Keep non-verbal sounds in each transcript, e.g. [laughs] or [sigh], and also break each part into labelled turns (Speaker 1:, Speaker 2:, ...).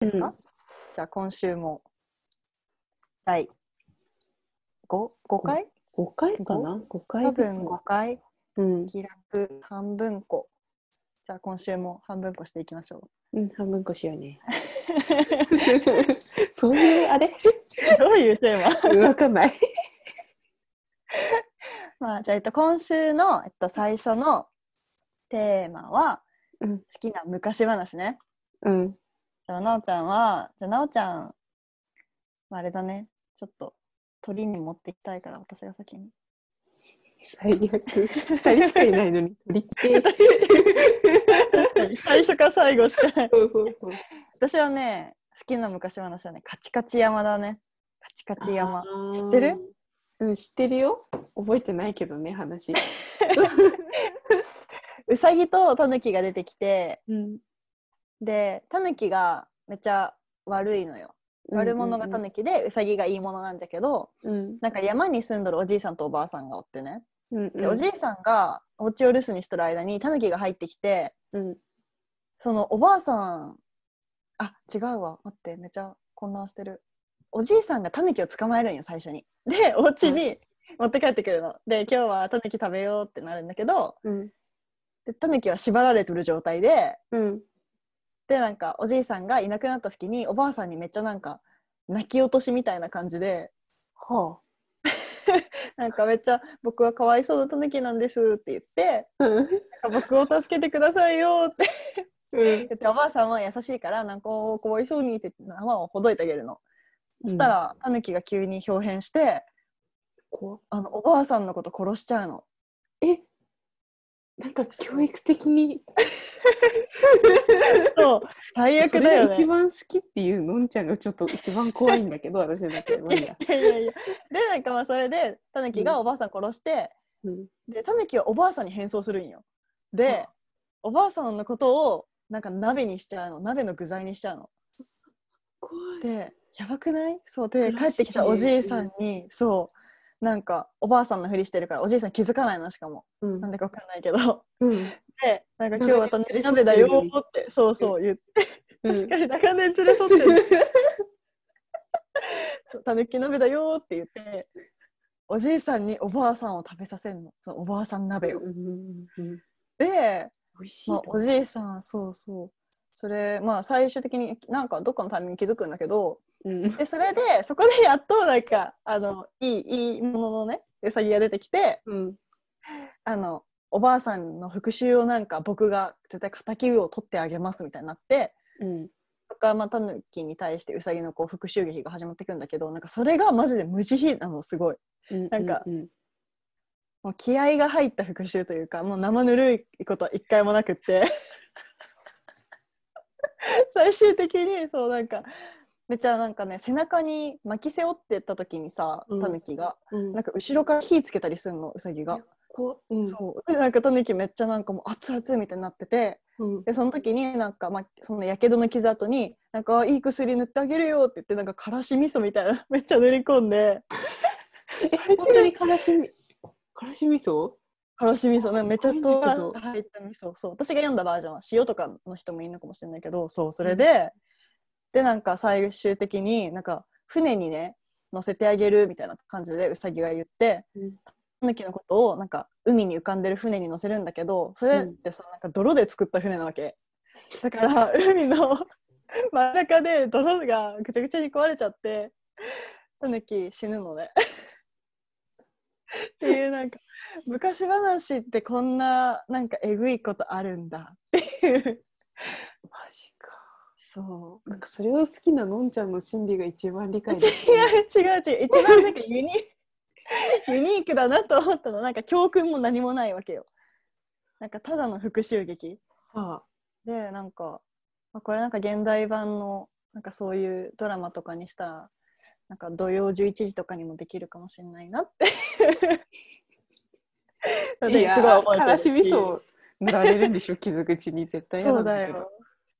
Speaker 1: ですか、
Speaker 2: うん
Speaker 1: じゃあ今週も第 5, 5回
Speaker 2: 5回かな ?5 回
Speaker 1: 多
Speaker 2: で
Speaker 1: 分
Speaker 2: す
Speaker 1: 5
Speaker 2: か。
Speaker 1: 回
Speaker 2: うん。
Speaker 1: 気楽半分こじゃあ今週も半分こしていきましょ
Speaker 2: うん、半分こしよう [laughs] ね。そういう、あれ
Speaker 1: うどういうテーマ
Speaker 2: わかんない。
Speaker 1: [laughs] まあじゃあ、えっと、今週の、えっと、最初のテーマは
Speaker 2: うん
Speaker 1: 好きな昔話ね
Speaker 2: うん。
Speaker 1: じゃあなおちゃんはじゃあなおちゃんまああれだねちょっと鳥に持っていきたいから私が先に
Speaker 2: 最悪。二人しかいないのに、鳥って。
Speaker 1: 確かに最初か最後しかない
Speaker 2: そう [laughs] そうそう。
Speaker 1: 私はね好きな昔話はねカチカチ山だねカチカチ山
Speaker 2: あー
Speaker 1: 知ってる
Speaker 2: うん、知ってるよ。覚えてないけどね、話。
Speaker 1: うさぎとタヌキが出てきて
Speaker 2: うん。
Speaker 1: でタヌキがめっちゃ悪いのよ悪者がタヌキでうさぎがいいものなんじゃけど
Speaker 2: うん。
Speaker 1: なんか山に住んどるおじいさんとおばあさんがおってね
Speaker 2: うん。
Speaker 1: でおじいさんがお家を留守にしとる間にタヌキが入ってきて
Speaker 2: うん。
Speaker 1: そのおばあさんあ違うわ待ってめちゃ混乱してるおじいさんがタヌキを捕まえるんよ最初にでお家に持って帰ってくるので今日はタヌキ食べようってなるんだけど
Speaker 2: うん。
Speaker 1: でタヌキは縛られてる状態で
Speaker 2: うん。
Speaker 1: でなんかおじいさんがいなくなった隙におばあさんにめっちゃなんか泣き落としみたいな感じで
Speaker 2: は
Speaker 1: なんかめっちゃ「僕はかわいそうなタヌキなんです」って言って
Speaker 2: あ。うん。
Speaker 1: 「僕を助けてくださいよ」って
Speaker 2: うん。
Speaker 1: 言っておばあさんは優しいからなんかおーかわいそうにって生をほどいてあげるの、そしたらタヌキが急に表変して
Speaker 2: 怖っ
Speaker 1: あのおばあさんのこと殺しちゃうの
Speaker 2: えなんか教育的に
Speaker 1: そう [laughs] 最悪
Speaker 2: そ
Speaker 1: だ
Speaker 2: れ
Speaker 1: よ
Speaker 2: が
Speaker 1: ね
Speaker 2: 一番好きっていうのんちゃんがちょっと一番怖いんだ [laughs] けど私の中でもいいや
Speaker 1: いやいやいやでなんかまあそれでタヌキがおばあさん殺して、
Speaker 2: うん
Speaker 1: でタヌキはおばあさんに変装するんよで、おばあさんのことをなんか鍋にしちゃうの鍋の具材にしちゃうの
Speaker 2: 怖い
Speaker 1: でやばくないそうで
Speaker 2: ク
Speaker 1: 帰
Speaker 2: ラ
Speaker 1: っ
Speaker 2: シー
Speaker 1: てきたおじいさんに、そうなんかおばあさんのふりしてるからおじいさん気づかないのしかも
Speaker 2: うん
Speaker 1: なんでかわかんないけど
Speaker 2: うん
Speaker 1: でなんか今日はタヌキ鍋だよーってそうそう言って
Speaker 2: う
Speaker 1: 確
Speaker 2: ん
Speaker 1: かに長年連れ添ってるたぬき鍋だよーって言っておじいさんにおばあさんを食べさせんのそのおばあさん鍋を
Speaker 2: うんうん
Speaker 1: で、
Speaker 2: 美味しい
Speaker 1: まあ
Speaker 2: な、
Speaker 1: おじいさんそうそうそれまあ最終的になんかどっかのタイミングに気づくんだけど
Speaker 2: うん
Speaker 1: でそれでそこでやっとなんかあのいいいいもののねうさぎが出てきて
Speaker 2: うん
Speaker 1: あのおばあさんの復讐をなんか僕が絶対敵を取ってあげますみたいになって
Speaker 2: うん
Speaker 1: そこからまあタヌキに対してウサギのこう復讐劇が始まっていくんだけどなんかそれがマジで無慈悲なのすごい
Speaker 2: うん
Speaker 1: なんか
Speaker 2: うん
Speaker 1: もう気合が入った復讐というかもう生ぬるいことは一回もなくって [laughs] 最終的にそうなんかめっちゃなんかね背中に巻き背負ってった時にさ
Speaker 2: うん
Speaker 1: タヌキが、
Speaker 2: うん
Speaker 1: なんか後ろから火つけたりするのウサギが、
Speaker 2: 怖っうん
Speaker 1: そうでなんかタヌキめっちゃなんかもう熱々みたいになってて
Speaker 2: うん
Speaker 1: でその時になんか、まあ、そのやけどの傷跡になんかあいい薬塗ってあげるよって言ってなんかからし味噌みたいな [laughs] めっちゃ塗り込んで
Speaker 2: え [laughs] 本当にからしみからし味噌
Speaker 1: からし味噌なんかめっちゃ
Speaker 2: 怖い
Speaker 1: と
Speaker 2: んだけ
Speaker 1: 入
Speaker 2: ど
Speaker 1: った味噌そう私が読んだバージョンは塩とかの人もいるのかもしれないけどそうそれで、でなんか最終的になんか船にね乗せてあげるみたいな感じでウサギが言って
Speaker 2: うん
Speaker 1: タヌキのことをなんか海に浮かんでる船に乗せるんだけどそれってさ、なんか泥で作った船なわけだ
Speaker 2: [laughs]
Speaker 1: から海の真ん中で泥がぐちゃぐちゃに壊れちゃってタヌキ死
Speaker 2: [laughs]
Speaker 1: ぬのねっていうなんか昔話ってこんななんかえぐいことあるんだっていう
Speaker 2: マジか
Speaker 1: そう
Speaker 2: なんかそれを好きなのんちゃんの心理が一番理解でき
Speaker 1: 違
Speaker 2: ないう
Speaker 1: 違う違う一番なんか [laughs] ユニユニークだなと思ったのなんか教訓も何もないわけよなんかただの復讐劇
Speaker 2: さあ
Speaker 1: でなんか、まあ、これなんか現代版のなんかそういうドラマとかにしたらなんか土曜11時とかにもできるかもしれないなって [laughs]
Speaker 2: いや
Speaker 1: すごい覚えてる
Speaker 2: からし味噌塗られるんでしょ傷口に絶対嫌
Speaker 1: そ
Speaker 2: な
Speaker 1: うんだ
Speaker 2: だけど
Speaker 1: よ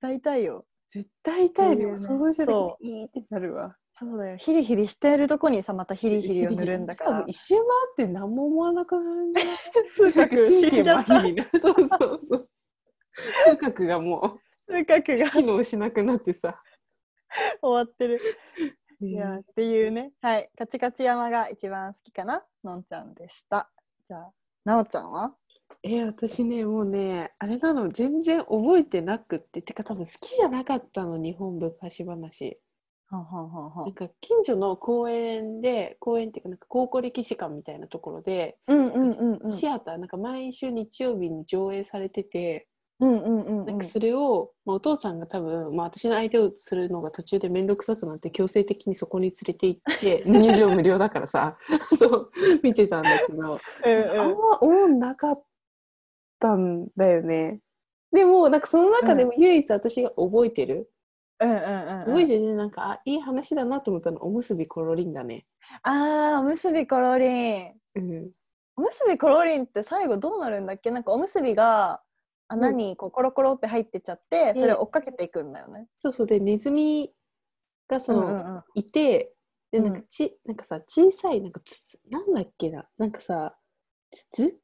Speaker 1: 大体よ
Speaker 2: 絶対痛いよ、
Speaker 1: いいよね
Speaker 2: 想像して
Speaker 1: そ
Speaker 2: いいってなるわ
Speaker 1: そうだよヒリヒリしてるとこにさまたヒリヒリを塗るんだか
Speaker 2: 多
Speaker 1: ら
Speaker 2: 分一周回って何も思わなくなるんだ
Speaker 1: 痛覚死んじゃった
Speaker 2: にな [laughs] そうそうそう痛覚がも
Speaker 1: 痛覚が
Speaker 2: う機能しなくなってさ
Speaker 1: 終わってる。い
Speaker 2: い
Speaker 1: やーっていうね。はい。カチカチ山が一番好きかなのんちゃんでした。じゃあ、なおちゃんは
Speaker 2: えー私ねもうねあれなの全然覚えてなくっててか多分好きじゃなかったの日本昔話
Speaker 1: はんはんはんは
Speaker 2: なんか近所の公園で公園っていうかなんか高校歴史館みたいなところで、
Speaker 1: うんうんうんうん。
Speaker 2: シアターなんか毎週日曜日に上映されてて
Speaker 1: うんうんうんうん。
Speaker 2: なんかそれを、まあ、お父さんが多分、まあ、私の相手をするのが途中で面倒くさくなって強制的にそこに連れて行って
Speaker 1: [laughs]
Speaker 2: 入場無料だからさそう見てたんだけど
Speaker 1: うん
Speaker 2: あん
Speaker 1: うん
Speaker 2: ま恩なかったんだよね。でもなんかその中でも唯一私が覚えてる、
Speaker 1: うんうんうんう
Speaker 2: 覚え
Speaker 1: ん。
Speaker 2: てるねなんかあいい話だなと思ったのおむすびコロリンだね。
Speaker 1: あー、おむすびコロリン。
Speaker 2: うん、
Speaker 1: おむすびコロリンって最後どうなるんだっけなんかおむすびが穴にこうコロコロって入ってっちゃって、それを追っかけていくんだよね。
Speaker 2: そうそうでネズミがその、
Speaker 1: うんうん
Speaker 2: いてで
Speaker 1: うん
Speaker 2: なんかち、なんかさ小さいなんかつつなんだっけななんかさつつ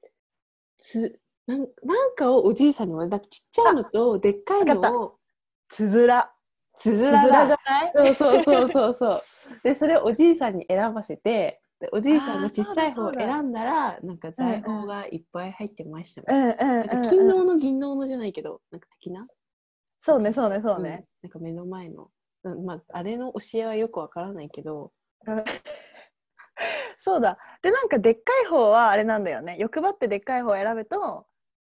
Speaker 2: つなんなんかをおじいさんにもなんかちっちゃいのとでっかい
Speaker 1: わかった
Speaker 2: のを
Speaker 1: つづら。
Speaker 2: つづ
Speaker 1: つづ
Speaker 2: ら
Speaker 1: らじ
Speaker 2: だ
Speaker 1: ゃない
Speaker 2: そうそうそうそう
Speaker 1: [laughs]
Speaker 2: そうでそれをおじいさんに選ばせてでおじいさんが
Speaker 1: あーそう
Speaker 2: 小
Speaker 1: だ
Speaker 2: さい方
Speaker 1: そ
Speaker 2: を
Speaker 1: うだ
Speaker 2: 選んだらなんか財
Speaker 1: うんう
Speaker 2: 宝
Speaker 1: ん
Speaker 2: がいっぱい入ってました、
Speaker 1: うんうん
Speaker 2: なん
Speaker 1: うん
Speaker 2: か
Speaker 1: うん。
Speaker 2: 金のの銀ののじゃないけどなんか的な
Speaker 1: そうねそうねそうね。
Speaker 2: うんなんか目の前の、うんまあ、あれの教えはよくわからないけど
Speaker 1: そうだ。で、なんかでっかい方はあれなんだよね。欲張ってでっかい方を選ぶと、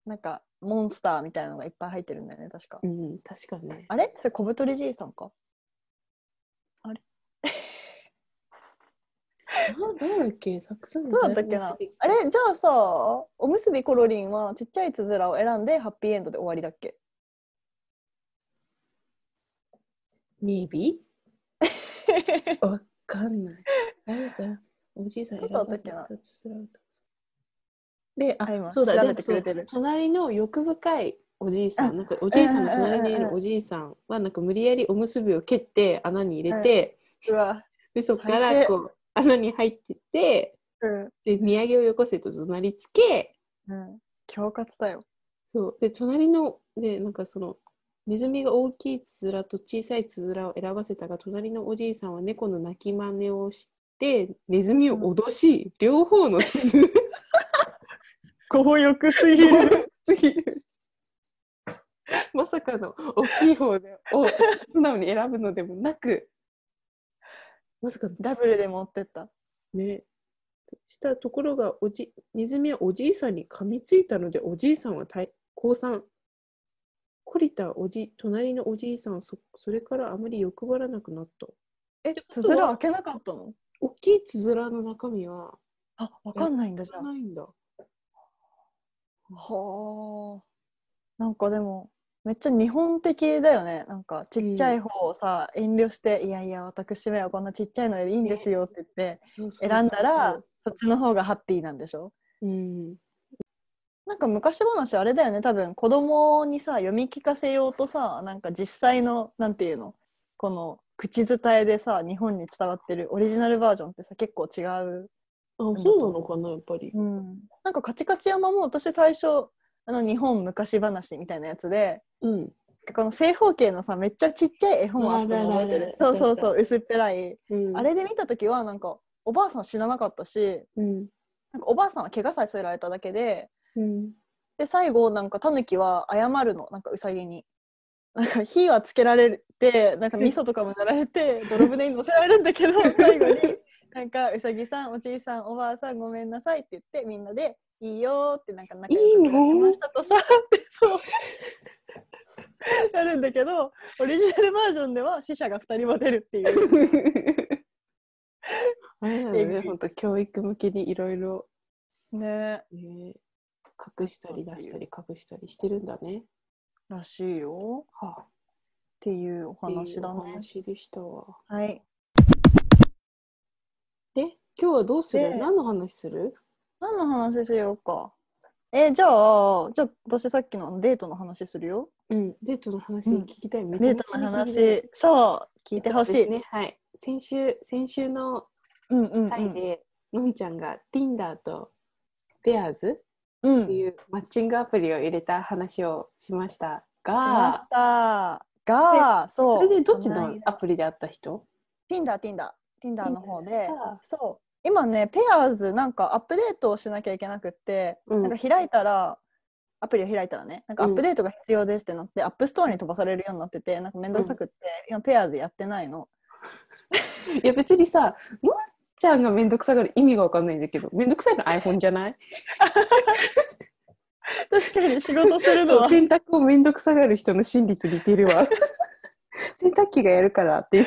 Speaker 1: なんかモンスターみたいなのがいっぱい入ってるんだよね、確か。
Speaker 2: うん確かにね
Speaker 1: あれそれ小太りじいさんか。
Speaker 2: [laughs] なんなんだっけたくさん
Speaker 1: どうだったっけな。あれじゃあさ、おむすびコロリンはちっちゃいつづらを選んでハッピーエンドで終わりだっけ
Speaker 2: メビ
Speaker 1: [laughs]
Speaker 2: わかんない。誰だおじいさん選ばれた二つ選ばれたで、
Speaker 1: あ
Speaker 2: あ、
Speaker 1: 今
Speaker 2: そうだ、
Speaker 1: 調
Speaker 2: で
Speaker 1: べてくれてる
Speaker 2: そう隣の欲深いおじいさ
Speaker 1: あ
Speaker 2: ん、なんかおじいさんの隣にい
Speaker 1: うんうんうんう
Speaker 2: る
Speaker 1: ん
Speaker 2: おじいさんは、なんか無理やりおむすびを蹴って穴に入れて、
Speaker 1: うわ。
Speaker 2: で、そっか
Speaker 1: 最
Speaker 2: ら
Speaker 1: 低
Speaker 2: こう穴に入ってって、
Speaker 1: うん。
Speaker 2: で、土産をよこせと怒鳴りつけ、
Speaker 1: うん。恐喝だよ。
Speaker 2: そう、で、隣の、で、なんかその、ネズミが大きいつづらと小さいつづらを選ばせたが、隣のおじいさんは猫の鳴き真似をして、ネズミを脅し、両方のつづ
Speaker 1: 強欲すぎ
Speaker 2: ら。をすぎる。 [laughs] まさかの大きい方でを素直に選ぶのでもなく、 [laughs] まさかの
Speaker 1: ダブルで持ってった。
Speaker 2: ね。したところがおじ、ネズミはおじいさんに噛みついたので、おじいさんは大降参。懲りたおじ、隣のおじいさんはそ、それからあまり欲張らなくなった。
Speaker 1: え、つづら開けなかったの
Speaker 2: 大きいつづらの中身は、
Speaker 1: あ、わかんないんだじゃあ。
Speaker 2: ないんだ。
Speaker 1: はあなんかでもめっちゃ日本的だよねなんかちっちゃい方をさ、遠慮して「いやいや私めはこんなちっちゃいのでいいんですよ」って言って
Speaker 2: そうそうそうそう
Speaker 1: 選んだら、そっちの方がハッピーなんでしょ
Speaker 2: うん。
Speaker 1: なんか昔話あれだよね多分子供にさ読み聞かせようとさなんか実際のなんていうのこの口伝えでさ日本に伝わってるオリジナルバージョンってさ結構違う
Speaker 2: あ、そうなのかな、やっぱり。
Speaker 1: うん、なんか「カチカチ山」も私最初あの日本昔話みたいなやつで
Speaker 2: うん。
Speaker 1: この正方形のさめっちゃちっちゃい絵本あったの覚えてる
Speaker 2: あるあるあ
Speaker 1: そ
Speaker 2: る
Speaker 1: うそうそう薄っぺらい、
Speaker 2: うん、
Speaker 1: あれで見た時はなんかおばあさん死ななかったし
Speaker 2: うん。
Speaker 1: なんかおばあさんは怪我さえさせられただけで
Speaker 2: うん。
Speaker 1: で最後なんかタヌキは謝るのなんかウサギに。なんか火はつけられてなんか味噌とかも塗られ [laughs] て泥船に乗せられるんだけど最後になんかウサギさんおじいさんおばあさんごめんなさいって言ってみんなで「いいよ」ってなんか仲良く暮らしましたとさってそうなるんだけどオリジナルバージョンでは死者が2人も出るっていう
Speaker 2: あれだよね、本当教育向けにいろいろ、
Speaker 1: [laughs] ね
Speaker 2: ね、隠したり出したり隠したりしてるんだね。
Speaker 1: らしいよ
Speaker 2: はあ。
Speaker 1: っていうお
Speaker 2: ってい
Speaker 1: 話
Speaker 2: う
Speaker 1: だ
Speaker 2: お
Speaker 1: ね。
Speaker 2: 話でしたわ。
Speaker 1: はい
Speaker 2: で、今日はどうする
Speaker 1: で
Speaker 2: 何の話する
Speaker 1: 何の話しようか。えじゃあじゃあ私さっきのデートの話するよ。
Speaker 2: うん、デートの話
Speaker 1: うん
Speaker 2: 聞きたい。めち
Speaker 1: デ
Speaker 2: ゃ
Speaker 1: ー
Speaker 2: めち
Speaker 1: ト
Speaker 2: ゃ聞
Speaker 1: の
Speaker 2: きたい
Speaker 1: 話そう聞いてほし
Speaker 2: そうで
Speaker 1: い。
Speaker 2: すね。はい。先週、先週の
Speaker 1: うんうんうん
Speaker 2: 回で、のんちゃんが Tinder と Pairs っ
Speaker 1: うん
Speaker 2: て
Speaker 1: し
Speaker 2: いうマッチングアプリを入れた話をしました
Speaker 1: まし
Speaker 2: が、
Speaker 1: た。が、そう。
Speaker 2: それでどっちの
Speaker 1: 隣
Speaker 2: アプリで会った人
Speaker 1: Tinder、Tinder、Tinder の方で、
Speaker 2: あ
Speaker 1: そう。今ね、ペアーズなんかアップデートをしなきゃいけなくって、
Speaker 2: うん
Speaker 1: なんか開いたら、アプリを開いたらね、なんかア
Speaker 2: うん
Speaker 1: ップデートが必要ですってなって、アップストアに飛ばされるようになってて、なんかめんどくさくって、今ペアーズやってないの。
Speaker 2: いや別にさ、むっちゃんがめんどくさがる意味がわかんないんだけど、めんどくさいの iPhone じゃない
Speaker 1: 確かに仕事するの
Speaker 2: そう
Speaker 1: は。
Speaker 2: 洗濯をめんどくさがる人の心理と似てる [laughs] わ。洗濯機がやるからっていう。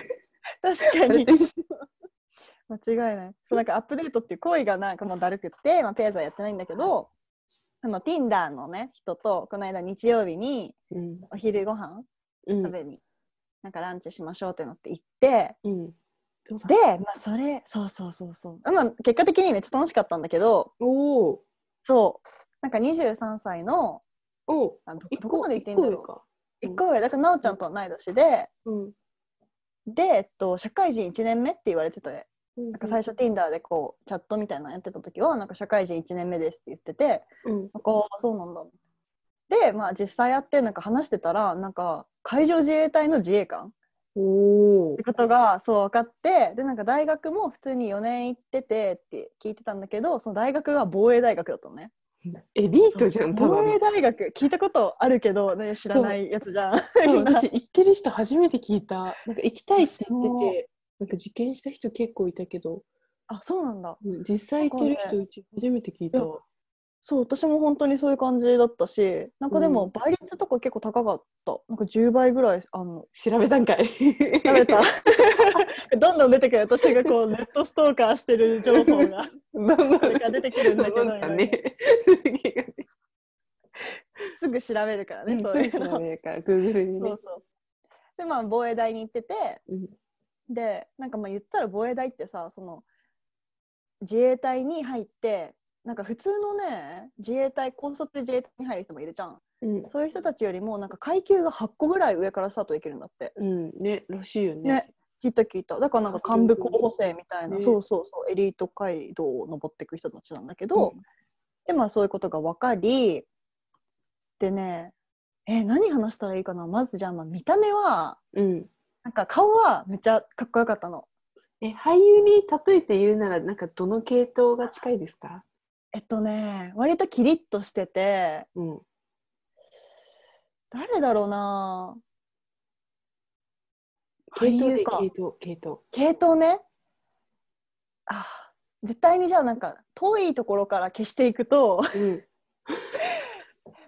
Speaker 1: 確か
Speaker 2: あれ
Speaker 1: [laughs] に
Speaker 2: と。一緒
Speaker 1: 間違いない。そうなんかアップデートっていう行為がなんかもうだるくって、まあ、ペアーズはやってないんだけど、あの Tinder のね、人と、この間日曜日に
Speaker 2: うん
Speaker 1: お昼ご飯
Speaker 2: うん
Speaker 1: 食べに、なんかランチしましょうってなって行って、
Speaker 2: うん
Speaker 1: で、まあ、それそうそうそうそうあまあ結果的にめっちゃ楽しかったんだけど
Speaker 2: おー
Speaker 1: そうなんか23歳の
Speaker 2: おお
Speaker 1: あど
Speaker 2: 一
Speaker 1: どこ
Speaker 2: 個
Speaker 1: まで言ってい
Speaker 2: 一
Speaker 1: いんだ
Speaker 2: 個上
Speaker 1: ろ
Speaker 2: か。
Speaker 1: う1個上だから奈緒ちゃんとは同い年で
Speaker 2: うん。
Speaker 1: で、えっと、社会人1年目って言われてて
Speaker 2: な
Speaker 1: なんか最初 Tinder でこうチャットみたいなのやってた時はなんか社会人1年目ですって言ってて
Speaker 2: うん、
Speaker 1: なんかああそうなんだで、まあ、実際会ってなんか話してたらなんか海上自衛隊の自衛官
Speaker 2: お
Speaker 1: っ
Speaker 2: お
Speaker 1: て。ことがそう分かってでなんか大学も普通に4年行っててって聞いてたんだけどその大学が防衛大学だったのね
Speaker 2: エリートじゃん、ただ
Speaker 1: 防衛
Speaker 2: の。
Speaker 1: 大学聞いたことあるけど、ね、知らないやつじゃん
Speaker 2: そう [laughs]
Speaker 1: 今
Speaker 2: 私、行ってる人初めて聞いた。なんか行きたいって言って
Speaker 1: そう
Speaker 2: て、なんか受験した人結構いたけど、
Speaker 1: あそうなん [laughs] だ
Speaker 2: うん実際行ってる人うち初めて聞いた
Speaker 1: い。やそう私も本当にそういう感じだったしなんかでも倍率とか結構高かったなんか10倍ぐらいあの
Speaker 2: 調べたんかい。
Speaker 1: 食
Speaker 2: [laughs]
Speaker 1: べ [laughs] たどんどん出てくる私がこうネットストーカーしてる情報 [laughs] が
Speaker 2: まあまあ
Speaker 1: これから出てくるんだけど
Speaker 2: なんかね。 [laughs]
Speaker 1: すぐ調べるからね、
Speaker 2: ね、
Speaker 1: そ
Speaker 2: そうう
Speaker 1: い
Speaker 2: いう
Speaker 1: うの
Speaker 2: のねから、Google に
Speaker 1: そ
Speaker 2: ね
Speaker 1: う。そうでまあ防衛大に行ってて
Speaker 2: うん
Speaker 1: でなんかまあ言ったら防衛大ってさその自衛隊に入ってなんか普通のね自衛隊高卒で自衛隊に入る人もいるじゃん
Speaker 2: うん
Speaker 1: そういう人たちよりもなんか階級が8個ぐらい上からスタートできるんだって
Speaker 2: うん、ね、らしいよね。
Speaker 1: ね聞いた聞いただからなんか幹部候補生みたいな、
Speaker 2: ね
Speaker 1: そうそうそうエリート街道を登っていく人たちなんだけど、
Speaker 2: ど
Speaker 1: でまあそういうことが分かりでねえー何話したらいいかなまずじゃあまあ見た目は
Speaker 2: う、うん、
Speaker 1: なんか顔はめっちゃかっこよかったの
Speaker 2: え、俳優に例えて言うなら、なんかどの系統が近いですか。
Speaker 1: えっとね割とキリッとしてて
Speaker 2: うん、
Speaker 1: 誰だろうな
Speaker 2: 系統
Speaker 1: 俳優
Speaker 2: で
Speaker 1: か
Speaker 2: 系統、系統。
Speaker 1: 系統ねあー絶対にじゃあなんか遠いところから消していくと
Speaker 2: [laughs] うん、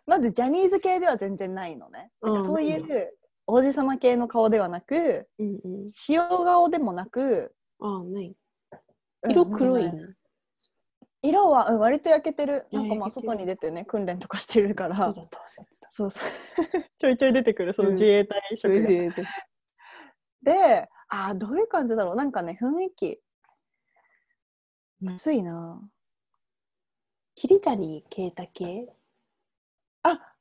Speaker 1: まずジャニーズ系では全然ないのね、
Speaker 2: うん
Speaker 1: そういう王子様系の顔ではなく
Speaker 2: うん、うん、
Speaker 1: 塩顔でもなく
Speaker 2: ああ、ない。
Speaker 1: うん
Speaker 2: 色黒い
Speaker 1: なんかね
Speaker 2: な。
Speaker 1: 色は、うん、割と焼けてるなんかまあ
Speaker 2: 焼けてる
Speaker 1: 外に出てね訓練とかしてるから
Speaker 2: そうだった、忘れてた。
Speaker 1: そう [laughs] そうちょいちょい出てくるその
Speaker 2: うん
Speaker 1: 自衛隊
Speaker 2: そ
Speaker 1: 色が、
Speaker 2: れで、
Speaker 1: で、あーどういう感じだろうなんかね、雰囲気。むずいな
Speaker 2: 桐谷啓太系。
Speaker 1: あ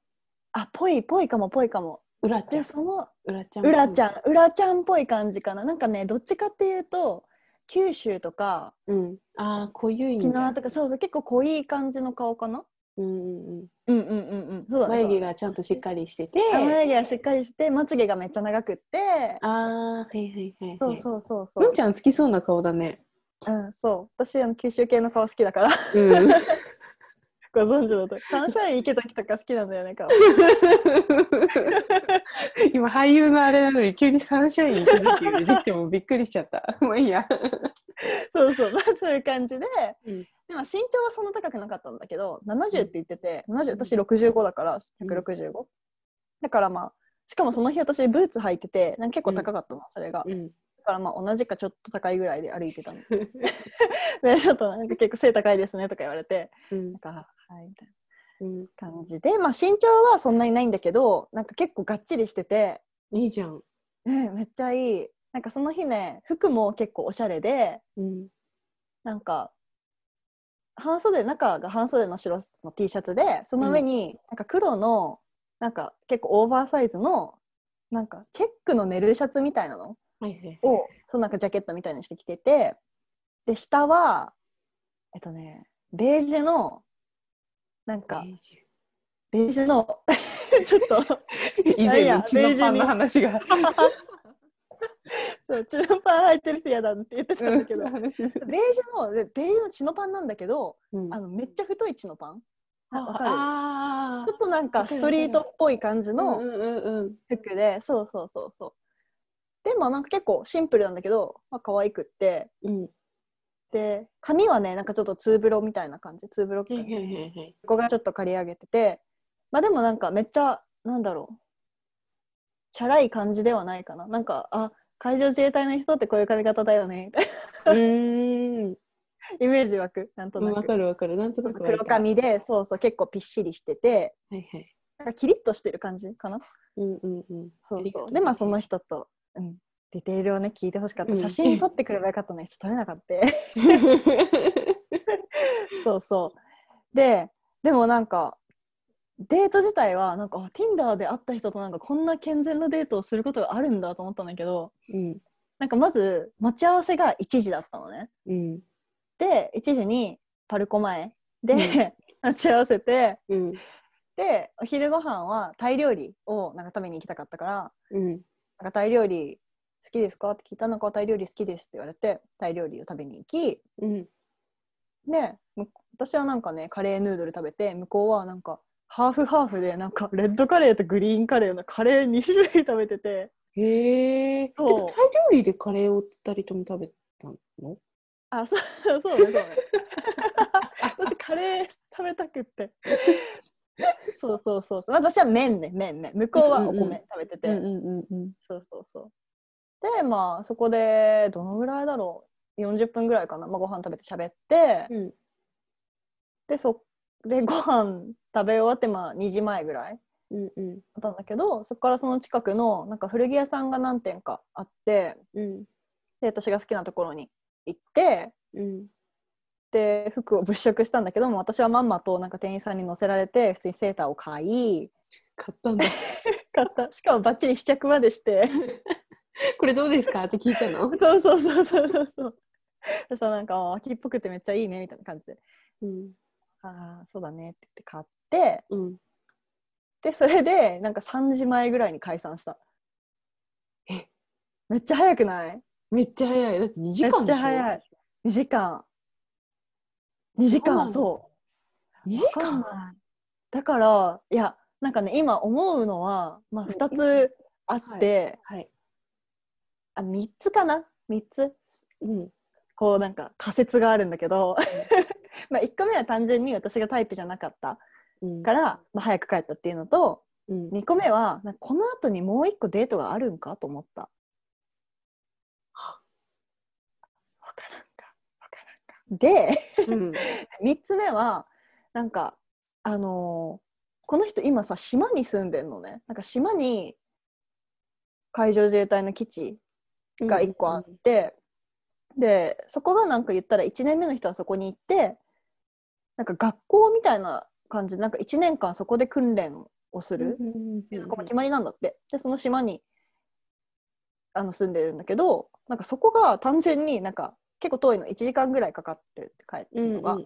Speaker 1: あ、ぽい、ぽいかも、ぽいかも。
Speaker 2: うらちゃ
Speaker 1: で、
Speaker 2: ん。
Speaker 1: その、
Speaker 2: うらちゃん。
Speaker 1: うらちゃん、うらちゃんっぽい感じかな。なんかね、どっちかっていうと、九州とか、
Speaker 2: ん。うん。ああ、濃ゆいん
Speaker 1: 沖
Speaker 2: だ
Speaker 1: 縄。とか、そうそう、結構濃い感じの顔かな。
Speaker 2: うん、うん、うん。
Speaker 1: うんうんうんうん。そうだね。
Speaker 2: 眉毛
Speaker 1: が。
Speaker 2: がちゃんとしっかりしてて。
Speaker 1: あ眉毛がしっかりして、まつげがめっちゃ長くって
Speaker 2: あ。あ、はいはいはいはい。
Speaker 1: そうそうそう
Speaker 2: う
Speaker 1: そ
Speaker 2: んちゃん好きそうな顔だね。
Speaker 1: う。うん、そう。私、あの九州系の顔好きだから、 [laughs]
Speaker 2: うん。
Speaker 1: ご存知のと。サンシャイン池崎とか好きなんだよ [laughs] ね、顔。
Speaker 2: 今俳優のあれなのに急にサンシャイン行く時出てきてもびっくりしちゃった。もういいや。
Speaker 1: そうそう、まあ、そういう感じで、
Speaker 2: うん
Speaker 1: でも身長はそんな高くなかったんだけど70って言ってて、70私65だから165、だからまあしかもその日私ブーツ履いててなんか結構高かったの、それが
Speaker 2: うん。
Speaker 1: だからまあ同じかちょっと高いぐらいで歩いてたの [laughs] でちょっとなんか結構背高いですねとか言われて
Speaker 2: うん
Speaker 1: なん。かはいみたいな
Speaker 2: うん。
Speaker 1: 感じでまあ身長はそんなにないんだけどなんか結構がっちりしてて、
Speaker 2: いいじゃん。
Speaker 1: ね、めっちゃいいなんかその日ね服も結構おしゃれで
Speaker 2: うん。
Speaker 1: なんか半袖中が半袖の白の T シャツでその上になんか黒のなんか結構オーバーサイズのなんかチェックのネルシャツみたいなの
Speaker 2: はいはい。
Speaker 1: をそのなんかジャケットみたいにしてきててで下はえっとねベージュのなんか
Speaker 2: ベージ
Speaker 1: [laughs] ベージュのちょっと
Speaker 2: 以
Speaker 1: い
Speaker 2: 前
Speaker 1: や
Speaker 2: のチノパンの話が。
Speaker 1: [laughs] そうチノパン履いてる人嫌だって言ってたんだけど、
Speaker 2: うん話です
Speaker 1: ベージュのでベージュのチノパンなんだけど
Speaker 2: うん
Speaker 1: あのめっちゃ太いチノパンあわかる
Speaker 2: あ
Speaker 1: ちょっとなんかストリートっぽい感じ
Speaker 2: あ。
Speaker 1: の
Speaker 2: うんうんうん
Speaker 1: 服でそうそうそうそうでまあなんか結構シンプルなんだけど、まあ可愛くって
Speaker 2: うん。
Speaker 1: で髪はねなんかちょっとツーブロみたいな感じツーブロック
Speaker 2: はい
Speaker 1: み
Speaker 2: は
Speaker 1: たい
Speaker 2: い
Speaker 1: な
Speaker 2: はいはい。
Speaker 1: ここがちょっと刈り上げててまあでもなんかめっちゃなんだろうチャラい感じではないかななんかあ海上自衛隊の人ってこういう髪型だよねみ [laughs] たいな
Speaker 2: うーん。
Speaker 1: イメージ湧くなんと
Speaker 2: うん
Speaker 1: な
Speaker 2: わ
Speaker 1: く
Speaker 2: かるわかる。なんとなくわかる
Speaker 1: 黒髪でそうそう結構ぴっしりしてて
Speaker 2: はいはい。
Speaker 1: なんかキリッとしてる感じかな
Speaker 2: うんうんうん。
Speaker 1: そう
Speaker 2: りが
Speaker 1: そ
Speaker 2: と
Speaker 1: う
Speaker 2: う
Speaker 1: でまあその人と、うん、ディテールをね聞いてほしかった、
Speaker 2: うん
Speaker 1: 写真撮ってくればよかったのにちょっと撮れなかった [laughs] そうそうででもなんかデート自体はなんかあ Tinder で会った人となんかこんな健全なデートをすることがあるんだと思ったんだけど
Speaker 2: うん
Speaker 1: なんかまず待ち合わせが1時だったのね
Speaker 2: うん
Speaker 1: で1時にパルコ前で、
Speaker 2: うん
Speaker 1: [laughs] 待ち合わせて
Speaker 2: うん
Speaker 1: でお昼ご飯はタイ料理をなんか食べに行きたかったから
Speaker 2: うん
Speaker 1: なんかタイ料理好きですかって聞いたのかタイ料理好きですって言われてタイ料理を食べに行き
Speaker 2: うん。
Speaker 1: でむ私はなんかねカレーヌードル食べて向こうはなんかハーフハーフでなんかレッドカレーとグリーンカレーのカレー2種類食べてて
Speaker 2: へえ。てかタイ
Speaker 1: そう
Speaker 2: 料理でカレーを二人とも食べたの？
Speaker 1: あそうそうねそうね [laughs] 私カレー食べたくってそうそうそうそう私は麺ね麺麺向こうはお
Speaker 2: うんうんうん
Speaker 1: 米食べてて、
Speaker 2: うんうん
Speaker 1: そうそうそうでまあそこでどのぐらいだろう40分ぐらいかな、まあ、ご飯食べて喋って、
Speaker 2: うん。
Speaker 1: でそでご飯食べ終わってまあ2時前ぐらいだ
Speaker 2: うんうん
Speaker 1: ったんだけどそこからその近くのなんか古着屋さんが何店かあって
Speaker 2: うん
Speaker 1: で私が好きなところに行って
Speaker 2: うん
Speaker 1: で服を物色したんだけども私はまんまとなんか店員さんに乗せられて普通にセーターを買い
Speaker 2: 買ったんだ。
Speaker 1: 買ったしかもバッチリ試着までして
Speaker 2: [laughs]
Speaker 1: [laughs]
Speaker 2: これどうですかって聞いたの？
Speaker 1: そうそうそうそうそうそうそしたらなんかあ秋っぽくてめっちゃいいねみたいな感じで
Speaker 2: うん
Speaker 1: ああそうだねって言って買って
Speaker 2: うん。
Speaker 1: でそれでなんか3時前ぐらいに解散した
Speaker 2: え
Speaker 1: めっちゃ早くない
Speaker 2: めっちゃ早い。だって二時間
Speaker 1: め
Speaker 2: で
Speaker 1: っち
Speaker 2: し
Speaker 1: ゃ
Speaker 2: ょ。
Speaker 1: 早い2時間2時間そ
Speaker 2: 二
Speaker 1: う
Speaker 2: 時
Speaker 1: わかん
Speaker 2: 間。
Speaker 1: ないだからいやなんかね今思うのは、まあ、
Speaker 2: うん
Speaker 1: 2つあって、
Speaker 2: はい。
Speaker 1: あ3つかな3つ
Speaker 2: うん
Speaker 1: こうなんか仮説があるんだけど [laughs] まあ1個目は単純に私がタイプじゃなかった
Speaker 2: うん
Speaker 1: から、まあ、早く帰ったっていうのと、
Speaker 2: うん。
Speaker 1: 2個目はなんかこの後にもう1個デートがあるんかと思った。わからんかわからんか。で
Speaker 2: うん
Speaker 1: 3つ目はなんかあのーこの人今さ島に住んでんのねなんか島に海上自衛隊の基地が1個あって、でそこがなんか言ったら1年目の人はそこに行ってなんか学校みたいな感じでなんか1年間そこで訓練をする。
Speaker 2: うん
Speaker 1: なんかもう決まりなんだって。で、その島にあの住んでるんだけど、なんかそこが単純になんか結構遠いの、1時間ぐらいかかってるって帰って
Speaker 2: う
Speaker 1: る
Speaker 2: ん
Speaker 1: のが。
Speaker 2: うん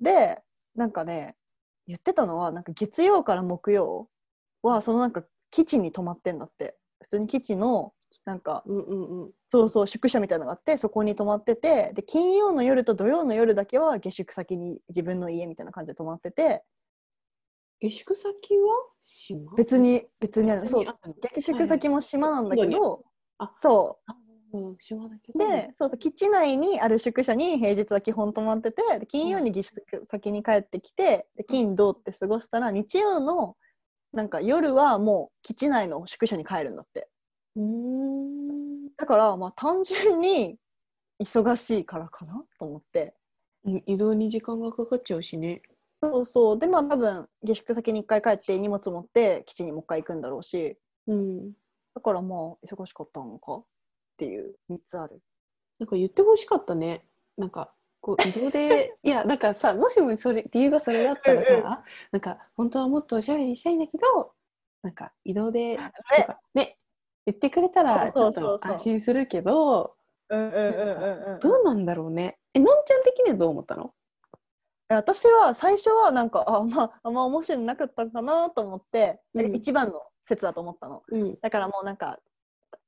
Speaker 1: で、なんかね、言ってたのは、なんか月曜から木曜は、そのなんか基地に泊まってんだって。普通に基地の、なんか、
Speaker 2: うんうんうん。
Speaker 1: そうそう、宿舎みたいなのがあって、そこに泊まってて、で、金曜の夜と土曜の夜だけは下宿先に自分の家みたいな感じで泊まってて、
Speaker 2: 下宿先は島？
Speaker 1: 別に、別にある。
Speaker 2: 別
Speaker 1: そう
Speaker 2: に、あるの。
Speaker 1: 下宿先も島なんだけ
Speaker 2: はい
Speaker 1: ど、
Speaker 2: あ
Speaker 1: そう、
Speaker 2: うん島だけど。
Speaker 1: で、そうそう基地内にある宿舎に平日は基本泊まっててで金曜に下宿先に帰ってきてで金土って過ごしたら日曜のなんか夜はもう基地内の宿舎に帰るんだって
Speaker 2: うーん。
Speaker 1: だからまあ単純に忙しいからかなと思って
Speaker 2: うん移動に時間がかかっちゃうしね。
Speaker 1: そうそうでまあ多分下宿先に1回帰って荷物持って基地にもう一回行くんだろうし
Speaker 2: うん。
Speaker 1: だからまあ忙しかったのかっていう3つある
Speaker 2: なんか言ってほしかったね。なんかこう移動で
Speaker 1: [laughs]
Speaker 2: いやなんかさもしもそれ理由がそれだったらさ、
Speaker 1: うんうん
Speaker 2: なんか本当はもっとおしゃれにしたいんだけどなんか移動でねね言ってくれたらちょ
Speaker 1: そう
Speaker 2: っ
Speaker 1: そうそう
Speaker 2: と
Speaker 1: そう
Speaker 2: 安心するけど
Speaker 1: うんうん
Speaker 2: うんうん
Speaker 1: うん
Speaker 2: どうなんだろうね。えのんちゃん的にはどう思ったの？
Speaker 1: え私は最初はなんかあ,、まあ、あんま面白いのなかったんかなと思って、
Speaker 2: うん
Speaker 1: 一番の説だと思ったの
Speaker 2: うん。
Speaker 1: だからもうなんか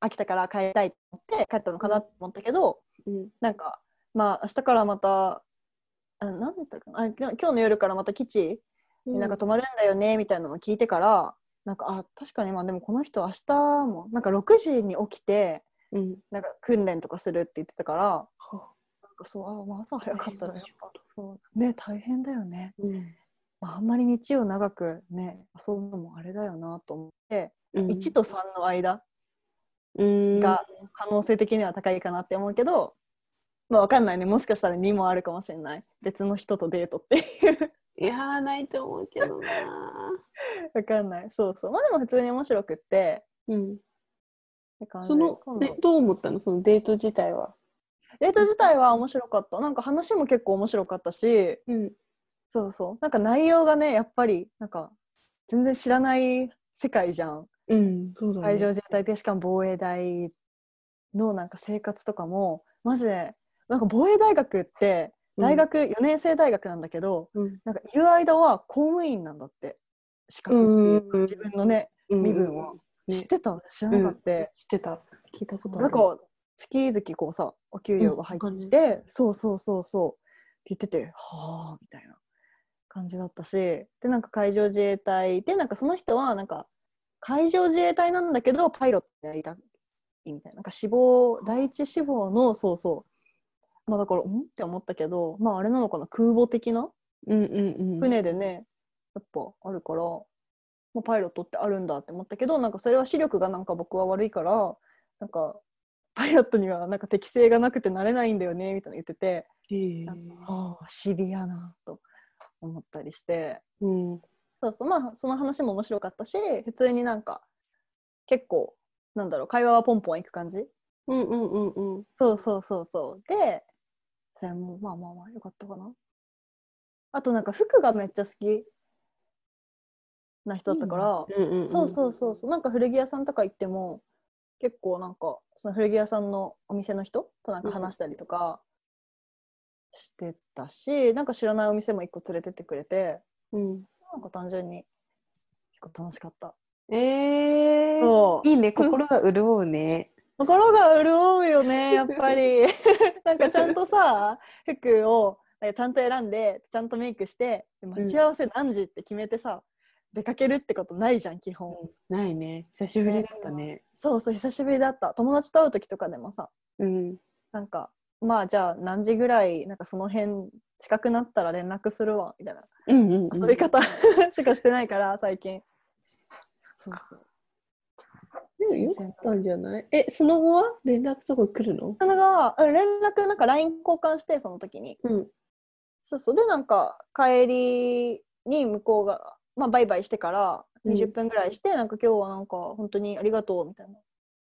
Speaker 1: 秋田から帰りたいと思って帰ったのかなと思ったけど
Speaker 2: うん。
Speaker 1: なんかまあ明日からまたあなんだったかなあきょ今日の夜からまた基地になんか泊まるんだよねみたいなの聞いてから、なんかあ確かにまあでもこの人明日もなんか6時に起きて
Speaker 2: うん。
Speaker 1: なんか訓練とかするって言ってたから
Speaker 2: は
Speaker 1: なんかそうあ、まあ、朝早かったらやっぱ
Speaker 2: 大変だ
Speaker 1: そうね大変だよね。
Speaker 2: うん。
Speaker 1: まあ、あんまり日を長くね遊ぶのもあれだよなと思って、
Speaker 2: うん
Speaker 1: 1と3の間
Speaker 2: うん。
Speaker 1: が可能性的には高いかなって思うけど、まあわかんないねもしかしたら2もあるかもしれない別の人とデートって [laughs] いう
Speaker 3: いやー、ないと思うけどな
Speaker 1: わかんないそうそうまあでも普通に面白くって
Speaker 2: うん。
Speaker 1: って感じ
Speaker 3: その
Speaker 1: 今、度
Speaker 3: えどう思ったのそのデート自体は。
Speaker 1: デート自体は面白かったなんか話も結構面白かったし
Speaker 2: うん。
Speaker 1: そうそうなんか内容がねやっぱりなんか全然知らない世界じゃん
Speaker 2: うん。そうだね。
Speaker 1: 海上自衛隊でしかも防衛大のなんか生活とかもマジでなんか防衛大学って大学4年生大学なんだけど、
Speaker 2: うん
Speaker 1: なんかいる間は公務員なんだって資格って
Speaker 2: う
Speaker 1: い
Speaker 2: ん
Speaker 1: う自分のね、
Speaker 2: うん
Speaker 1: 身分を、
Speaker 2: ね
Speaker 1: 知ってた知らなかった、
Speaker 3: 知ってた。聞いたことある。
Speaker 1: なんか月々こうさお給料が入ってきて、そうそうそうそうって言っててはあみたいな感じだったしでなんか海上自衛隊でなんかその人はなんか海上自衛隊なんだけどパイロットになりたいみたいななんか志望第一志望のそうそうまあだからうんって思ったけどまああれなのかな空母的な
Speaker 2: うんうんうん。
Speaker 1: 船でねやっぱあるから、まあ、パイロットってあるんだって思ったけどなんかそれは視力がなんか僕は悪いからなんかパイロットにはなんか適性がなくてなれないんだよねみたいなの言ってて、
Speaker 2: へえ
Speaker 1: なんかああシビアなと思ったりして
Speaker 2: うん。
Speaker 1: そうそうまあその話も面白かったし普通になんか結構なんだろう会話はポンポンいく感じ
Speaker 2: うんうんうんうん。
Speaker 1: そうそうそうそう。で、それもまあまあまあよかったかな。あとなんか服がめっちゃ好きな人だったから、
Speaker 2: うんうんうん。
Speaker 1: そうそうそうそう、なんか古着屋さんとか行っても、結構なんかその古着屋さんのお店の人となんか話したりとかしてたし、なんか知らないお店も一個連れてってくれて、
Speaker 2: うん。
Speaker 1: なんか単純に結構楽しかった。
Speaker 2: えー、
Speaker 1: そう
Speaker 2: いいね、心が潤うね。
Speaker 1: 心が潤うよねやっぱりなんかちゃんとさ服をなんかちゃんと選んでちゃんとメイクしてで待ち合わせ何時って決めてさ、出かけるってことないじゃん基本、
Speaker 2: [laughs] ないね。久しぶりだったね。
Speaker 1: そうそう久しぶりだった友達と会う時とかでもさ
Speaker 2: うん。
Speaker 1: なんかまあじゃあ何時ぐらいなんかその辺近くなったら連絡するわみたいな
Speaker 2: うんうん、うん。
Speaker 1: 遊び方 [laughs] しかしてないから最近そうそう
Speaker 2: でもよかったんじゃないえ、その後は連絡とか来るの
Speaker 1: そのがうん連絡なんか LINE 交換してその時に
Speaker 2: うん。
Speaker 1: そうそうでなんか帰りに向こうが、まあ、バイバイしてから
Speaker 2: うん
Speaker 1: 20分ぐらいして、なんか今日はなんか本当にありがとうみたいな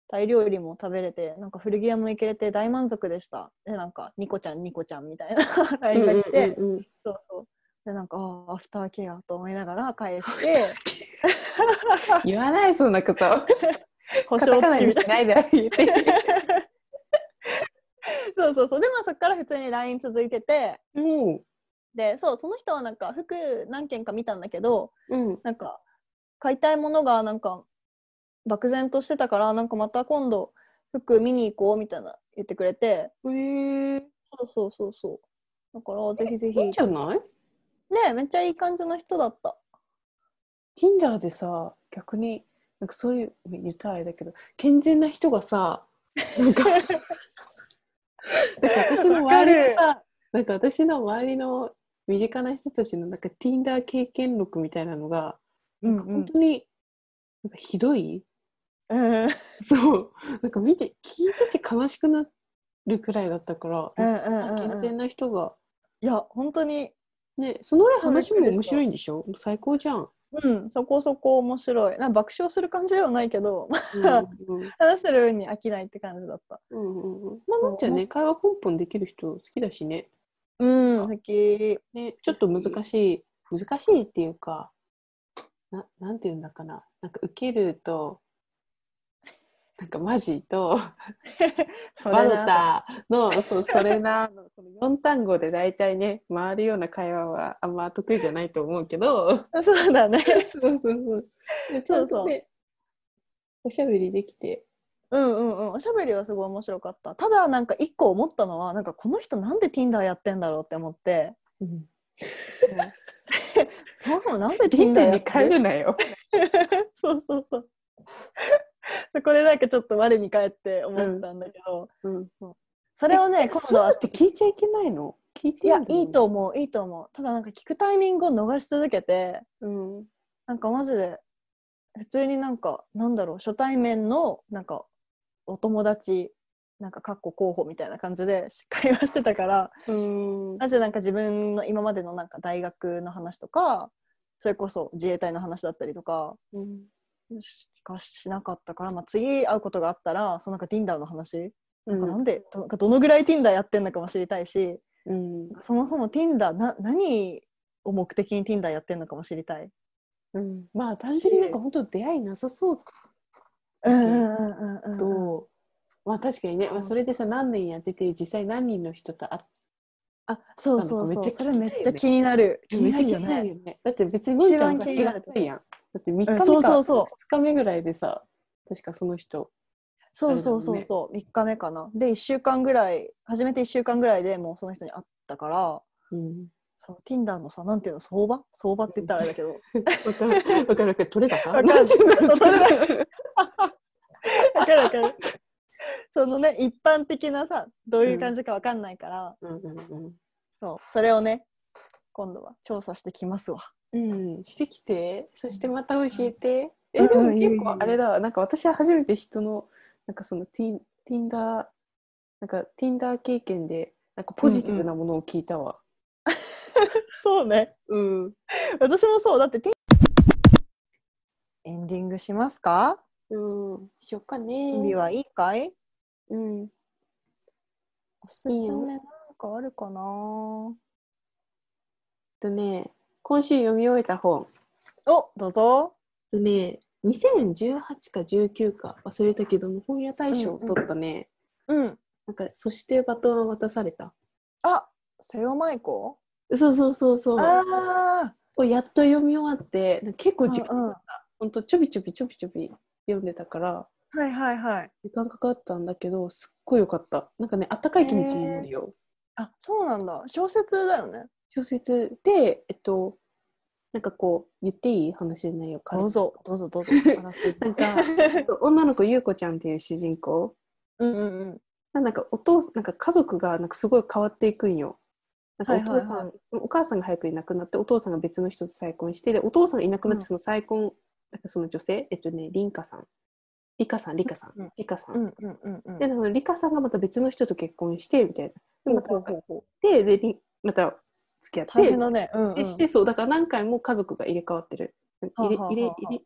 Speaker 1: タイ料理も食べれてなんか古着屋も行けれて大満足でしたでなんかニコちゃんニコちゃんみたいな [laughs] LINE が来て、
Speaker 2: うん [laughs] うんうん
Speaker 1: そうそうでなんかあーアフターケアと思いながら返して
Speaker 3: 言わない、そんな
Speaker 2: [laughs]
Speaker 3: こと。
Speaker 1: 保
Speaker 3: カタ
Speaker 1: 証
Speaker 3: カナ
Speaker 1: 付き
Speaker 3: に
Speaker 1: みたい
Speaker 3: しないであげて。
Speaker 1: なそうそうそうでまあそっから普通に LINE 続いてて
Speaker 2: も
Speaker 1: でそうその人はなんか服何件か見たんだけど
Speaker 2: う、うん。
Speaker 1: なんか買いたいものがなんか漠然としてたからなんかまた今度服見に行こうみたいな言ってくれて
Speaker 2: えー、
Speaker 1: そうそうそうそうだからぜひぜひ
Speaker 3: いいん
Speaker 1: ね
Speaker 3: じゃない
Speaker 1: えめっちゃいい感じの人だった
Speaker 3: Tinder でさ逆になんかそういう言ったらあれだけど健全な人がさなんかだから私の周りのさなんか私の周りの身近な人たちのなんか Tinder 経験録みたいなのが、
Speaker 1: うん
Speaker 3: なんか本当になんかひどい
Speaker 1: うん
Speaker 3: そうなんか見て聞いてて悲しくなるくらいだったから、
Speaker 1: うんうんうんうん
Speaker 3: 健全な人が
Speaker 1: いや本当に
Speaker 3: ねその上
Speaker 1: そうです
Speaker 3: 話も面白いんでしょ最高じゃん。
Speaker 1: うんそこそこ面白いなんか爆笑する感じではないけど
Speaker 3: うんうん
Speaker 1: 話してる分に飽きないって感じだった
Speaker 3: うんうんうん、まあ、なんちゃんね、会話ポンポンできる人好きだしね。
Speaker 1: うん好き
Speaker 3: ね、
Speaker 1: き
Speaker 3: ちょっと難しい、難しいっていうか、ななんていうんだかな。なんか受けると、
Speaker 2: なんかマジと
Speaker 1: そ
Speaker 2: バ
Speaker 1: れ
Speaker 2: ル
Speaker 1: な
Speaker 2: タのそうそれなのこの4単語で大体ね回るような会話はあんま得意じゃないと思うけど
Speaker 1: そうだね
Speaker 2: そうそうそうでちょっとねおしゃべりできて
Speaker 1: うんうんうんおしゃべりはすごい面白かったただなんか一個思ったのはなんかこの人なんで Tinder やってんだろうって思って
Speaker 2: うん
Speaker 1: そもそもなんで
Speaker 2: リン
Speaker 1: Tinder や
Speaker 2: に
Speaker 1: って
Speaker 2: 帰
Speaker 1: る
Speaker 2: るなよ
Speaker 1: [laughs] そうそうそうそこでなんかちょっと我に返って思ったんだけど、
Speaker 2: うん
Speaker 1: それをね今度
Speaker 2: だ
Speaker 1: は
Speaker 2: って聞いちゃいけないの聞いてい
Speaker 1: い
Speaker 2: い
Speaker 1: や
Speaker 2: の
Speaker 1: いいと思ういいと思うただなんか聞くタイミングを逃し続けて
Speaker 2: うん
Speaker 1: なんかマジで普通になんかなんだろう初対面のなんかお友達なんかかっこ候補みたいな感じで会話してたから
Speaker 2: うん
Speaker 1: マジでなんか自分の今までのなんか大学の話とかそれこそ自衛隊の話だったりとか
Speaker 2: うん
Speaker 1: しかしなかったから、まあ、次会うことがあったらそのなんか Tinder の話、
Speaker 2: う
Speaker 1: なんかなん
Speaker 2: ん
Speaker 1: でどなんかどのぐらい Tinder やってんのかも知りたいし
Speaker 2: うん
Speaker 1: そもそも Tinder な何を目的に Tinder やってんのかも知りたい。
Speaker 2: うんまあ単純になんか本当出会いなさそう
Speaker 1: うんうんうんうんうん
Speaker 2: と、まあ確かにね、ま
Speaker 1: う
Speaker 2: あ、
Speaker 1: ん
Speaker 2: それでさ何年やってて実際何人の人と会っ
Speaker 1: あ、そうそう
Speaker 2: なん
Speaker 1: そ
Speaker 2: か
Speaker 1: う。
Speaker 2: めっち
Speaker 1: そ
Speaker 2: ゃ聞きたいよね
Speaker 1: れめっちゃ気になる。
Speaker 2: めっちゃ気になる
Speaker 1: ね。
Speaker 2: よね。だって別にのんちゃんさ
Speaker 1: 一番気
Speaker 2: 気
Speaker 1: に
Speaker 2: が
Speaker 1: なる
Speaker 2: 熱いやん。だって3日目
Speaker 1: うん
Speaker 2: か、
Speaker 1: そうそうそう
Speaker 2: 2日目ぐらいでさ、確かその人。
Speaker 1: そうそうそう
Speaker 2: あ
Speaker 1: そう。3日目かな。で、1週間ぐらい、初めて1週間ぐらいでもうその人に会ったから、
Speaker 2: う
Speaker 1: [laughs]
Speaker 2: ん、
Speaker 1: その Tinder のさ、なんていうの、相場相場って言ったらあれだけ [laughs] ど、
Speaker 2: わかるわかるわかる取れたか
Speaker 1: わか
Speaker 2: [laughs]
Speaker 1: る取れ
Speaker 2: た
Speaker 1: わかるわかる。そのね、一般的なさ、どういう感じかわかんないから、
Speaker 2: うんうん
Speaker 1: そう、それをね、今度は調査してきますわ。
Speaker 2: うん、うん、してきてそしてまた教えて、
Speaker 1: うん
Speaker 2: えでも
Speaker 1: うんいいよ
Speaker 2: 結構あれだわなんか私は初めて人のなんかそのティン Tinder なんか Tinder 経験でなんかポジティブなものを聞いたわ
Speaker 1: そうね。
Speaker 2: うん、
Speaker 1: 私もそう。だって、Tin- エンディングしますか
Speaker 2: うんしよっかね
Speaker 1: 準備はいいかい
Speaker 2: うん
Speaker 1: おすすめなんかあるかな
Speaker 2: えっとね、今週読み終えた本。
Speaker 1: おどうぞ。
Speaker 2: えっとね、2018か19か忘れたけども、本屋大賞を取ったね。
Speaker 1: うん。
Speaker 2: なんか、そしてバトンを渡された。
Speaker 1: あ瀬尾舞子
Speaker 2: そうそうそうそう。
Speaker 1: あ
Speaker 2: をやっと読み終わって、なんか結構時
Speaker 1: う
Speaker 2: 間
Speaker 1: んうん
Speaker 2: かかった。ほんと、ちょびちょびちょびちょび読んでたから、
Speaker 1: あはいはいはい。
Speaker 2: 時間かかったんだけど、すっごい良かった。なんかね、あったかい気持ちになるよ。
Speaker 1: あそうなんだ。小説だよね。
Speaker 2: 小説で、えっと、なんかこう、言っていい話の内容軽く
Speaker 1: どうぞどう
Speaker 2: [laughs]
Speaker 1: ぞどうぞ。
Speaker 2: なん
Speaker 1: [laughs]
Speaker 2: か、女の子、ゆうこちゃんっていう主人公。
Speaker 1: うんうんうん。
Speaker 2: なんかお父なんか家族がなんかすごい変わっていくんよ。なんかお父さん、
Speaker 1: はいはい
Speaker 2: お母さんが早くいなくなってお父さんが別の人と再婚してでお父さんがいなくなっ
Speaker 1: うん
Speaker 2: てその再婚、なんかその女性えっとね凛花さんリカさんリカさん
Speaker 1: うん
Speaker 2: リカさん、
Speaker 1: うんうんうんうん。
Speaker 2: でそのリカさんがまた別の人と結婚してみたいなで
Speaker 1: ほう
Speaker 2: ま
Speaker 1: ほう
Speaker 2: た
Speaker 1: ほうほう。
Speaker 2: ででりんまた付き合って
Speaker 1: 大変だね。うん、う
Speaker 2: で
Speaker 1: ん。
Speaker 2: してそうだから何回も家族が入れ替わってる入れ
Speaker 1: はあはあ
Speaker 2: 入れ
Speaker 1: はあ
Speaker 2: 入れ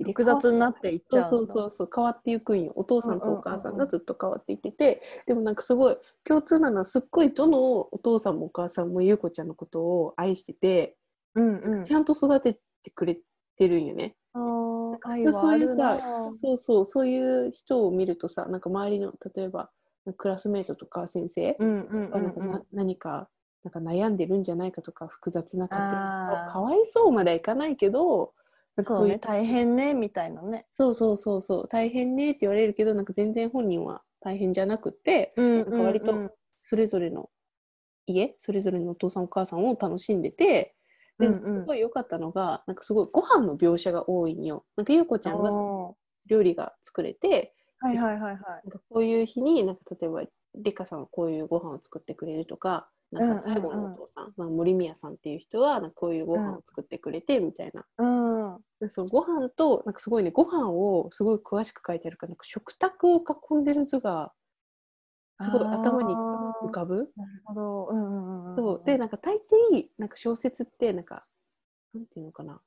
Speaker 2: 入れ
Speaker 1: 複雑になっていっち
Speaker 2: そう
Speaker 1: ゃう。
Speaker 2: そうそうそう変わっていくんよお父さんとお母さんがずっと変わっていってて、でもなんかすごい共通なのはすっごいどのお父さんもお母さんも優子ちゃんのことを愛してて、
Speaker 1: う。うんうん。
Speaker 2: ちゃんと育ててくれてるんよね。
Speaker 1: あー
Speaker 2: 普通そういう
Speaker 1: 愛はあ
Speaker 2: さ
Speaker 1: るな
Speaker 2: そうそうそういう人を見るとさなんか周りの例えばクラスメートとか先生
Speaker 1: うんうんう
Speaker 2: が
Speaker 1: ん
Speaker 2: なんかな、
Speaker 1: うん。
Speaker 2: 何かなんか悩んでるんじゃないかとか複雑な家
Speaker 1: あ
Speaker 2: 庭
Speaker 1: ー
Speaker 2: かわいそうまではいかないけどなんか
Speaker 1: そ
Speaker 2: そううい
Speaker 1: ね
Speaker 2: う
Speaker 1: 大変ねみたいなね。
Speaker 2: そうそうそうそう大変ねって言われるけどなんか全然本人は大変じゃなくて
Speaker 1: うん
Speaker 2: なんか割とそれぞれの家それぞれのお父さんお母さんを楽しんでてで
Speaker 1: うんうん
Speaker 2: すごい良かったのがなんかすごいご飯の描写が多いんよ。なんか優子ちゃんが
Speaker 1: お
Speaker 2: 料理が作れて
Speaker 1: ーはいはいはいは
Speaker 2: な
Speaker 1: い。
Speaker 2: んかこういう日になんか例えばリカさんはこういうご飯を作ってくれるとかなんか最後のお父さん、まあ、森宮さんっていう人はなんかこういうご飯を作ってくれてみたいな
Speaker 1: うん。
Speaker 2: でそのご飯となんかすごいねご飯をすごい詳しく書いてあるからなんか食卓を囲んでる図がすごい
Speaker 1: あー
Speaker 2: 頭に浮かぶ
Speaker 1: なるほど。うんうんうん。
Speaker 2: そうでなんか大抵なんか小説ってなんかなんていうのかな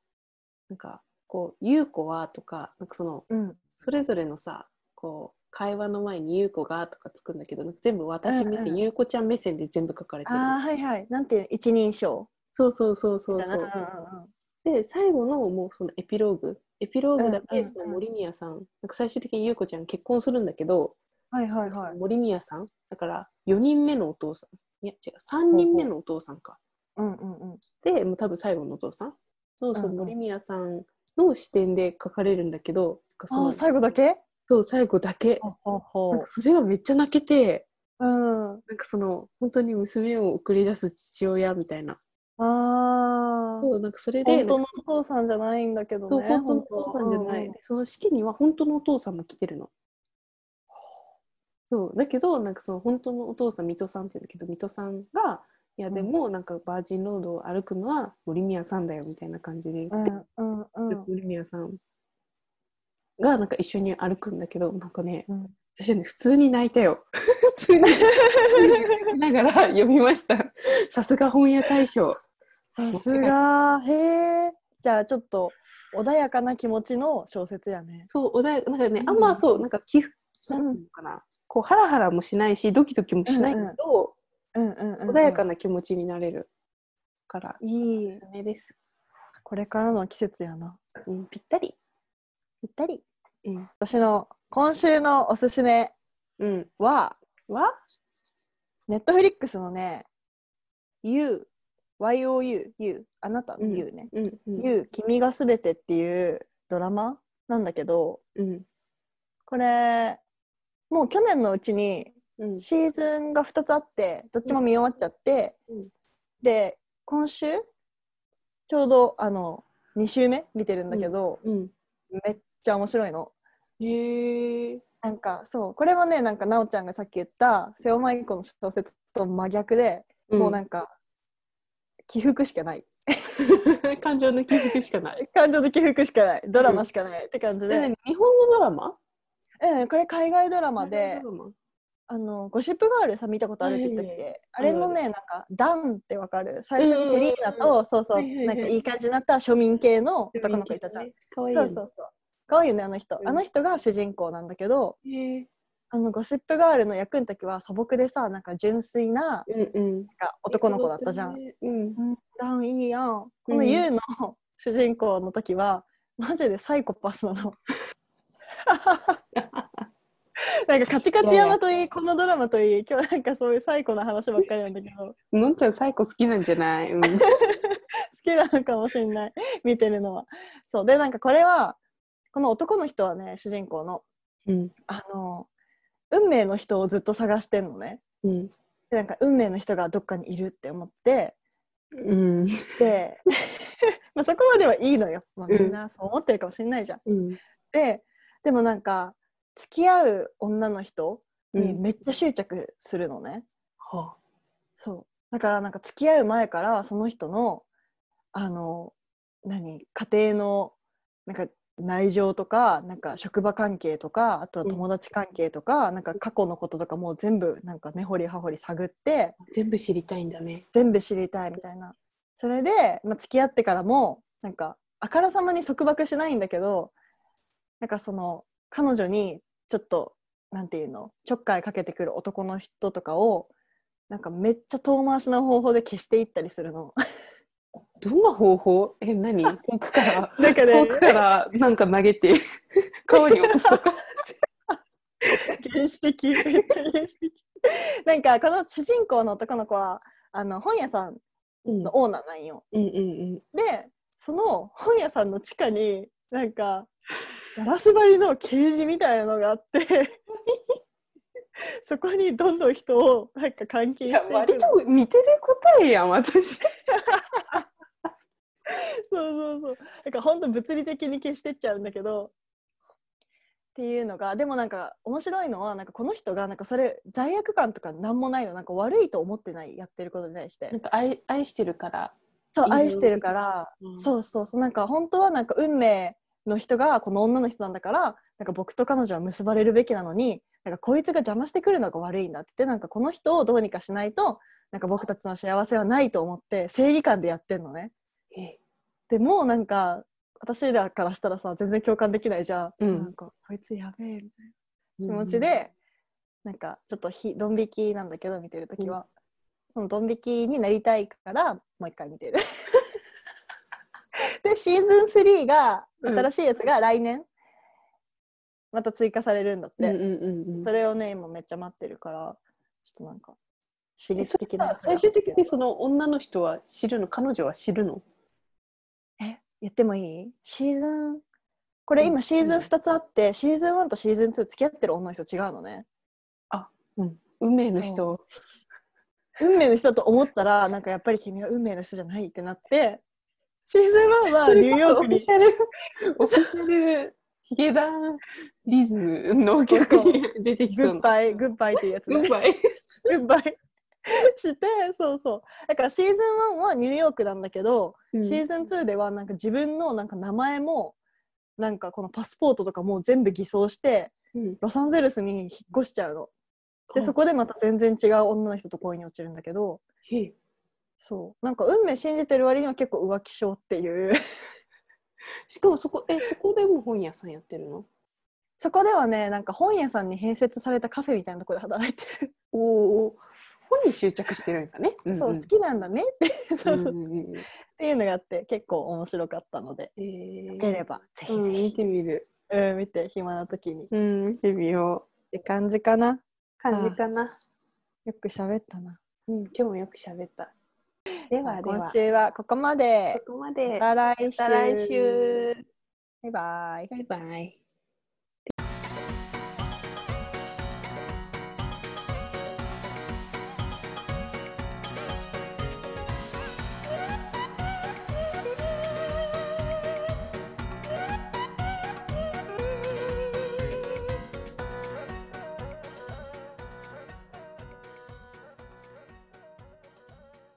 Speaker 2: なんかこう「優子は」とかなんかその
Speaker 1: うん。
Speaker 2: それぞれのさこう会話の前に「優子が」とかつくんだけどなんか全部私目
Speaker 1: うんう
Speaker 2: 線
Speaker 1: ん
Speaker 2: 優子ちゃん目線で全部書かれてる
Speaker 1: ああはいはい。なんていう一人称
Speaker 2: そうそうそうそう
Speaker 1: だ
Speaker 2: そ
Speaker 1: な。
Speaker 2: うで最後のもうそのエピローグエピローグだ
Speaker 1: うんうんう
Speaker 2: け
Speaker 1: ん
Speaker 2: その森宮さん,、なんか最終的に優子ちゃん結婚するんだけど、
Speaker 1: はいはい
Speaker 2: その
Speaker 1: はい。
Speaker 2: 森宮さんだから4人目のお父さんいや違う3人目のお父さんか
Speaker 1: うんうんうん。
Speaker 2: でもう多分最後のお父さんのその
Speaker 1: うんうん
Speaker 2: 森宮さんの視点で書かれるんだけど、なんかそ
Speaker 1: あ
Speaker 2: の
Speaker 1: あ、最後だけ
Speaker 2: そう最後だけ
Speaker 1: ほうほうほ
Speaker 2: なんかそれがめっちゃ泣けて
Speaker 1: う。うん。
Speaker 2: なんかその本当に娘を送り出す父親みたいな
Speaker 1: ああ。
Speaker 2: そうなんかそれで
Speaker 1: 本
Speaker 2: な
Speaker 1: 当
Speaker 2: ん
Speaker 1: の
Speaker 2: か
Speaker 1: お父さんじゃないんだけど
Speaker 2: そう
Speaker 1: ね。
Speaker 2: 本当のお父さんじゃない、でその式には本当のお父さんも来てるの。そうだけどなんかその本当のお父さん水戸さんって言うんだけど水戸さんがいや
Speaker 1: うん
Speaker 2: でもなんかバージンロードを歩くのは森宮さんだよみたいな感じで
Speaker 1: う
Speaker 2: 言
Speaker 1: ん
Speaker 2: って、
Speaker 1: うんうん
Speaker 2: [laughs]
Speaker 1: うん。
Speaker 2: 森宮さんがなんか一緒に歩くんだけどなんかね
Speaker 1: うん
Speaker 2: 私はね普通に泣いた
Speaker 1: [laughs]
Speaker 2: よ普通に泣きながら読みましたさすが本屋大賞
Speaker 1: さすがへえじゃあちょっと穏やかな気持ちの小説やね
Speaker 2: そう穏やかなんかね、
Speaker 1: うん
Speaker 2: あんまそうなんか寄付
Speaker 1: う
Speaker 2: なんんていうのかな、こうハラハラもしないしドキドキもしないけど、
Speaker 1: うんうんうんうん
Speaker 2: 穏やかな気持ちになれるから、
Speaker 1: いい
Speaker 2: おすすめです、
Speaker 1: これからの季節やな
Speaker 2: うん、ぴったり
Speaker 1: ぴったり
Speaker 2: うん、
Speaker 1: 私の今週のおすすめ
Speaker 2: うん、
Speaker 1: は
Speaker 2: は
Speaker 1: ネットフリックスのね「You」「YOU」「You」あなたの「You ね」
Speaker 2: うんうん
Speaker 1: You 君がすべて」っていうドラマなんだけど
Speaker 2: うん
Speaker 1: これもう去年のうちに
Speaker 2: うん
Speaker 1: シーズンが2つあってどっちも見終わっちゃって、
Speaker 2: うん
Speaker 1: で今週ちょうどあの2週目見てるんだけど、
Speaker 2: うん
Speaker 1: めっちゃ面白いの。
Speaker 2: へえ
Speaker 1: なんかそうこれはねなんか奈緒ちゃんがさっき言った瀬尾舞子の小説と真逆で、もうなんか起伏しかない
Speaker 2: [laughs] 感情の起伏しか
Speaker 1: [laughs]
Speaker 2: ない
Speaker 1: 感情の起伏しかないドラマしかないって感じで、
Speaker 2: え日本のドラマ
Speaker 1: うんこれ海外ドラマで
Speaker 2: 日本のドラマ
Speaker 1: あのゴシップガールさ見たことあるって言ったっけ、
Speaker 2: はいはい
Speaker 1: あれのねなんかダンってわかる最初にセリーナと、
Speaker 2: うん
Speaker 1: そうそう、
Speaker 2: はいはいはい
Speaker 1: なんかいい感じになった庶民系の男の子いたじゃん、
Speaker 2: かわいい
Speaker 1: そ
Speaker 2: よ
Speaker 1: う
Speaker 2: ね
Speaker 1: そうそう可愛いよねあの人、
Speaker 2: うん
Speaker 1: あの人が主人公なんだけど
Speaker 2: へえ
Speaker 1: あのゴシップガールの役の時は素朴でさなんか純粋ななん
Speaker 2: うんうん
Speaker 1: か男の子だったじゃん、
Speaker 2: うん
Speaker 1: ダンいいやんこの YOU の主人公の時はマジでサイコパスな [laughs] のなんかカチカチ山といいこのドラマといい今日なんかそういうサイコな話ばっかりなんだけど好
Speaker 2: のんちゃんサイコ好きなんじゃない、
Speaker 1: [laughs]
Speaker 2: うん、
Speaker 1: きなのかもしんない見てるのはそうでなんかこれはこの男の人はね主人公の
Speaker 2: うん
Speaker 1: あの運命の人をずっと探してんのね
Speaker 2: うん
Speaker 1: でなんか運命の人がどっかにいるって思って
Speaker 2: うん
Speaker 1: で [laughs] まあそこまではいいのよ、まあ、
Speaker 2: うん
Speaker 1: みんなそう思ってるかもしれないじゃん。
Speaker 2: うん
Speaker 1: ででもなんか付き合う女の人にめっちゃ執着するのね、
Speaker 2: は
Speaker 1: そうだからなんか付き合う前からその人のあの何家庭のなんか内情とかなんか職場関係とかあとは友達関係とか、なんか過去のこととかもう全部なんか根掘り葉掘り探って
Speaker 2: 全部知りたいんだね
Speaker 1: 全部知りたいみたいなそれで、まあ、付き合ってからもなんかあからさまに束縛しないんだけどなんかその彼女にちょっとなんていうのちょっかいかけてくる男の人とかをなんかめっちゃ遠回しな方法で消していったりするの。
Speaker 2: どんな方法え [laughs] 何遠くから
Speaker 1: なんか
Speaker 2: 遠
Speaker 1: ね
Speaker 2: くからなんか投げて [laughs] 顔に落とすとか
Speaker 1: 原始的めっちゃ原始的なんかこの主人公の男の子はあの本屋さん
Speaker 2: うん
Speaker 1: のオーナーなんよ。
Speaker 2: うんうん
Speaker 1: でその本屋さんの地下になんかガラス張りのケージみたいなのがあって
Speaker 2: [laughs]
Speaker 1: そこにどんどん人をなんか監禁
Speaker 2: い
Speaker 1: し
Speaker 2: や
Speaker 1: ていくの
Speaker 2: 割と似てる答えやん私
Speaker 1: そうそうそうなんか本当物理的に消してっちゃうんだけどっていうのがでもなんか面白いのはなんかこの人がなんかそれ罪悪感とか何もないのなんか悪いと思ってないやってることに対して
Speaker 2: なんか愛愛してるから
Speaker 1: そう
Speaker 2: いいよ
Speaker 1: 愛してるから、
Speaker 2: うん
Speaker 1: そうそうそうなんか本当はなんか運命の人がこの女の人なんだからなんか僕と彼女は結ばれるべきなのになんかこいつが邪魔してくるのが悪いんだって言ってなんかこの人をどうにかしないとなんか僕たちの幸せはないと思って正義感でやってんのね。
Speaker 2: え
Speaker 1: でもうなんか私らからしたらさ全然共感できないじゃん、
Speaker 2: うん
Speaker 1: なんかこいつやべえみたいな
Speaker 2: 気
Speaker 1: 気持ちで、なんかちょっとひドン引きなんだけど見てるときは、
Speaker 2: [laughs]
Speaker 1: そのドン引きになりたいからもう一回見てるでシーズン3が
Speaker 4: うん
Speaker 1: 新しいやつが来年、また追加されるんだって、
Speaker 2: うんうんうん
Speaker 1: それをね今めっちゃ待ってるからちょっとなんか刺
Speaker 2: え
Speaker 1: 激
Speaker 2: それ
Speaker 1: 的
Speaker 2: さ
Speaker 1: なやつが
Speaker 2: 最終的にその女の人は知るの彼女は知るの
Speaker 1: え言ってもいいシーズンこれ今シーズン2つあって、シーズン1とシーズン2付き合ってる女の人違うのね
Speaker 2: 運命の人
Speaker 1: 運命の人だと思ったらなんかやっぱり君は運命の人じゃないってなってシーズン1はニューヨークに
Speaker 2: それこそオフィ [laughs] シャルオフィシャルヒゲダンリズの曲に出てき
Speaker 1: グ
Speaker 2: そう
Speaker 1: ッ
Speaker 2: な
Speaker 1: バイグッバイっていうやつね
Speaker 2: グッバイ
Speaker 1: グッバイしてそうそうだからシーズン1はニューヨークなんだけど、シーズン2ではなんか自分のなんか名前もなんかこのパスポートとかもう全部偽装して
Speaker 4: うん
Speaker 1: ロサンゼルスに引っ越しちゃうの。で
Speaker 4: あ
Speaker 1: そこでまた全然違う女の人と恋に落ちるんだけど
Speaker 4: へえ
Speaker 1: そうなんか運命信じてる割には結構浮気症っていう
Speaker 2: しかもそこえそこでも本屋さんやってるの
Speaker 1: そこではねなんか本屋さんに併設されたカフェみたいなところで働いてる、
Speaker 2: おお本に執着してるんだね。うんうん
Speaker 1: そう好きなんだねって [laughs] そ
Speaker 2: う
Speaker 1: う
Speaker 2: ん
Speaker 1: そう
Speaker 2: う
Speaker 1: っ
Speaker 2: んうん
Speaker 1: ていうのがあって結構面白かったので
Speaker 2: えー
Speaker 1: 出ればぜひ
Speaker 2: う
Speaker 1: ぜ
Speaker 2: ん、
Speaker 1: ひ
Speaker 2: 見てみる。
Speaker 1: うん、見て、暇な時に。っ
Speaker 2: うん、見てみよ
Speaker 1: て感じかな。
Speaker 2: う。感じかな。
Speaker 1: よく喋ったな。
Speaker 2: うん、今日もよく喋った。ではで
Speaker 1: 今
Speaker 2: は、
Speaker 1: 週はここまで。
Speaker 2: ここまで。
Speaker 1: また来週。
Speaker 2: また来週。
Speaker 1: バイバイ。
Speaker 2: バイバイ。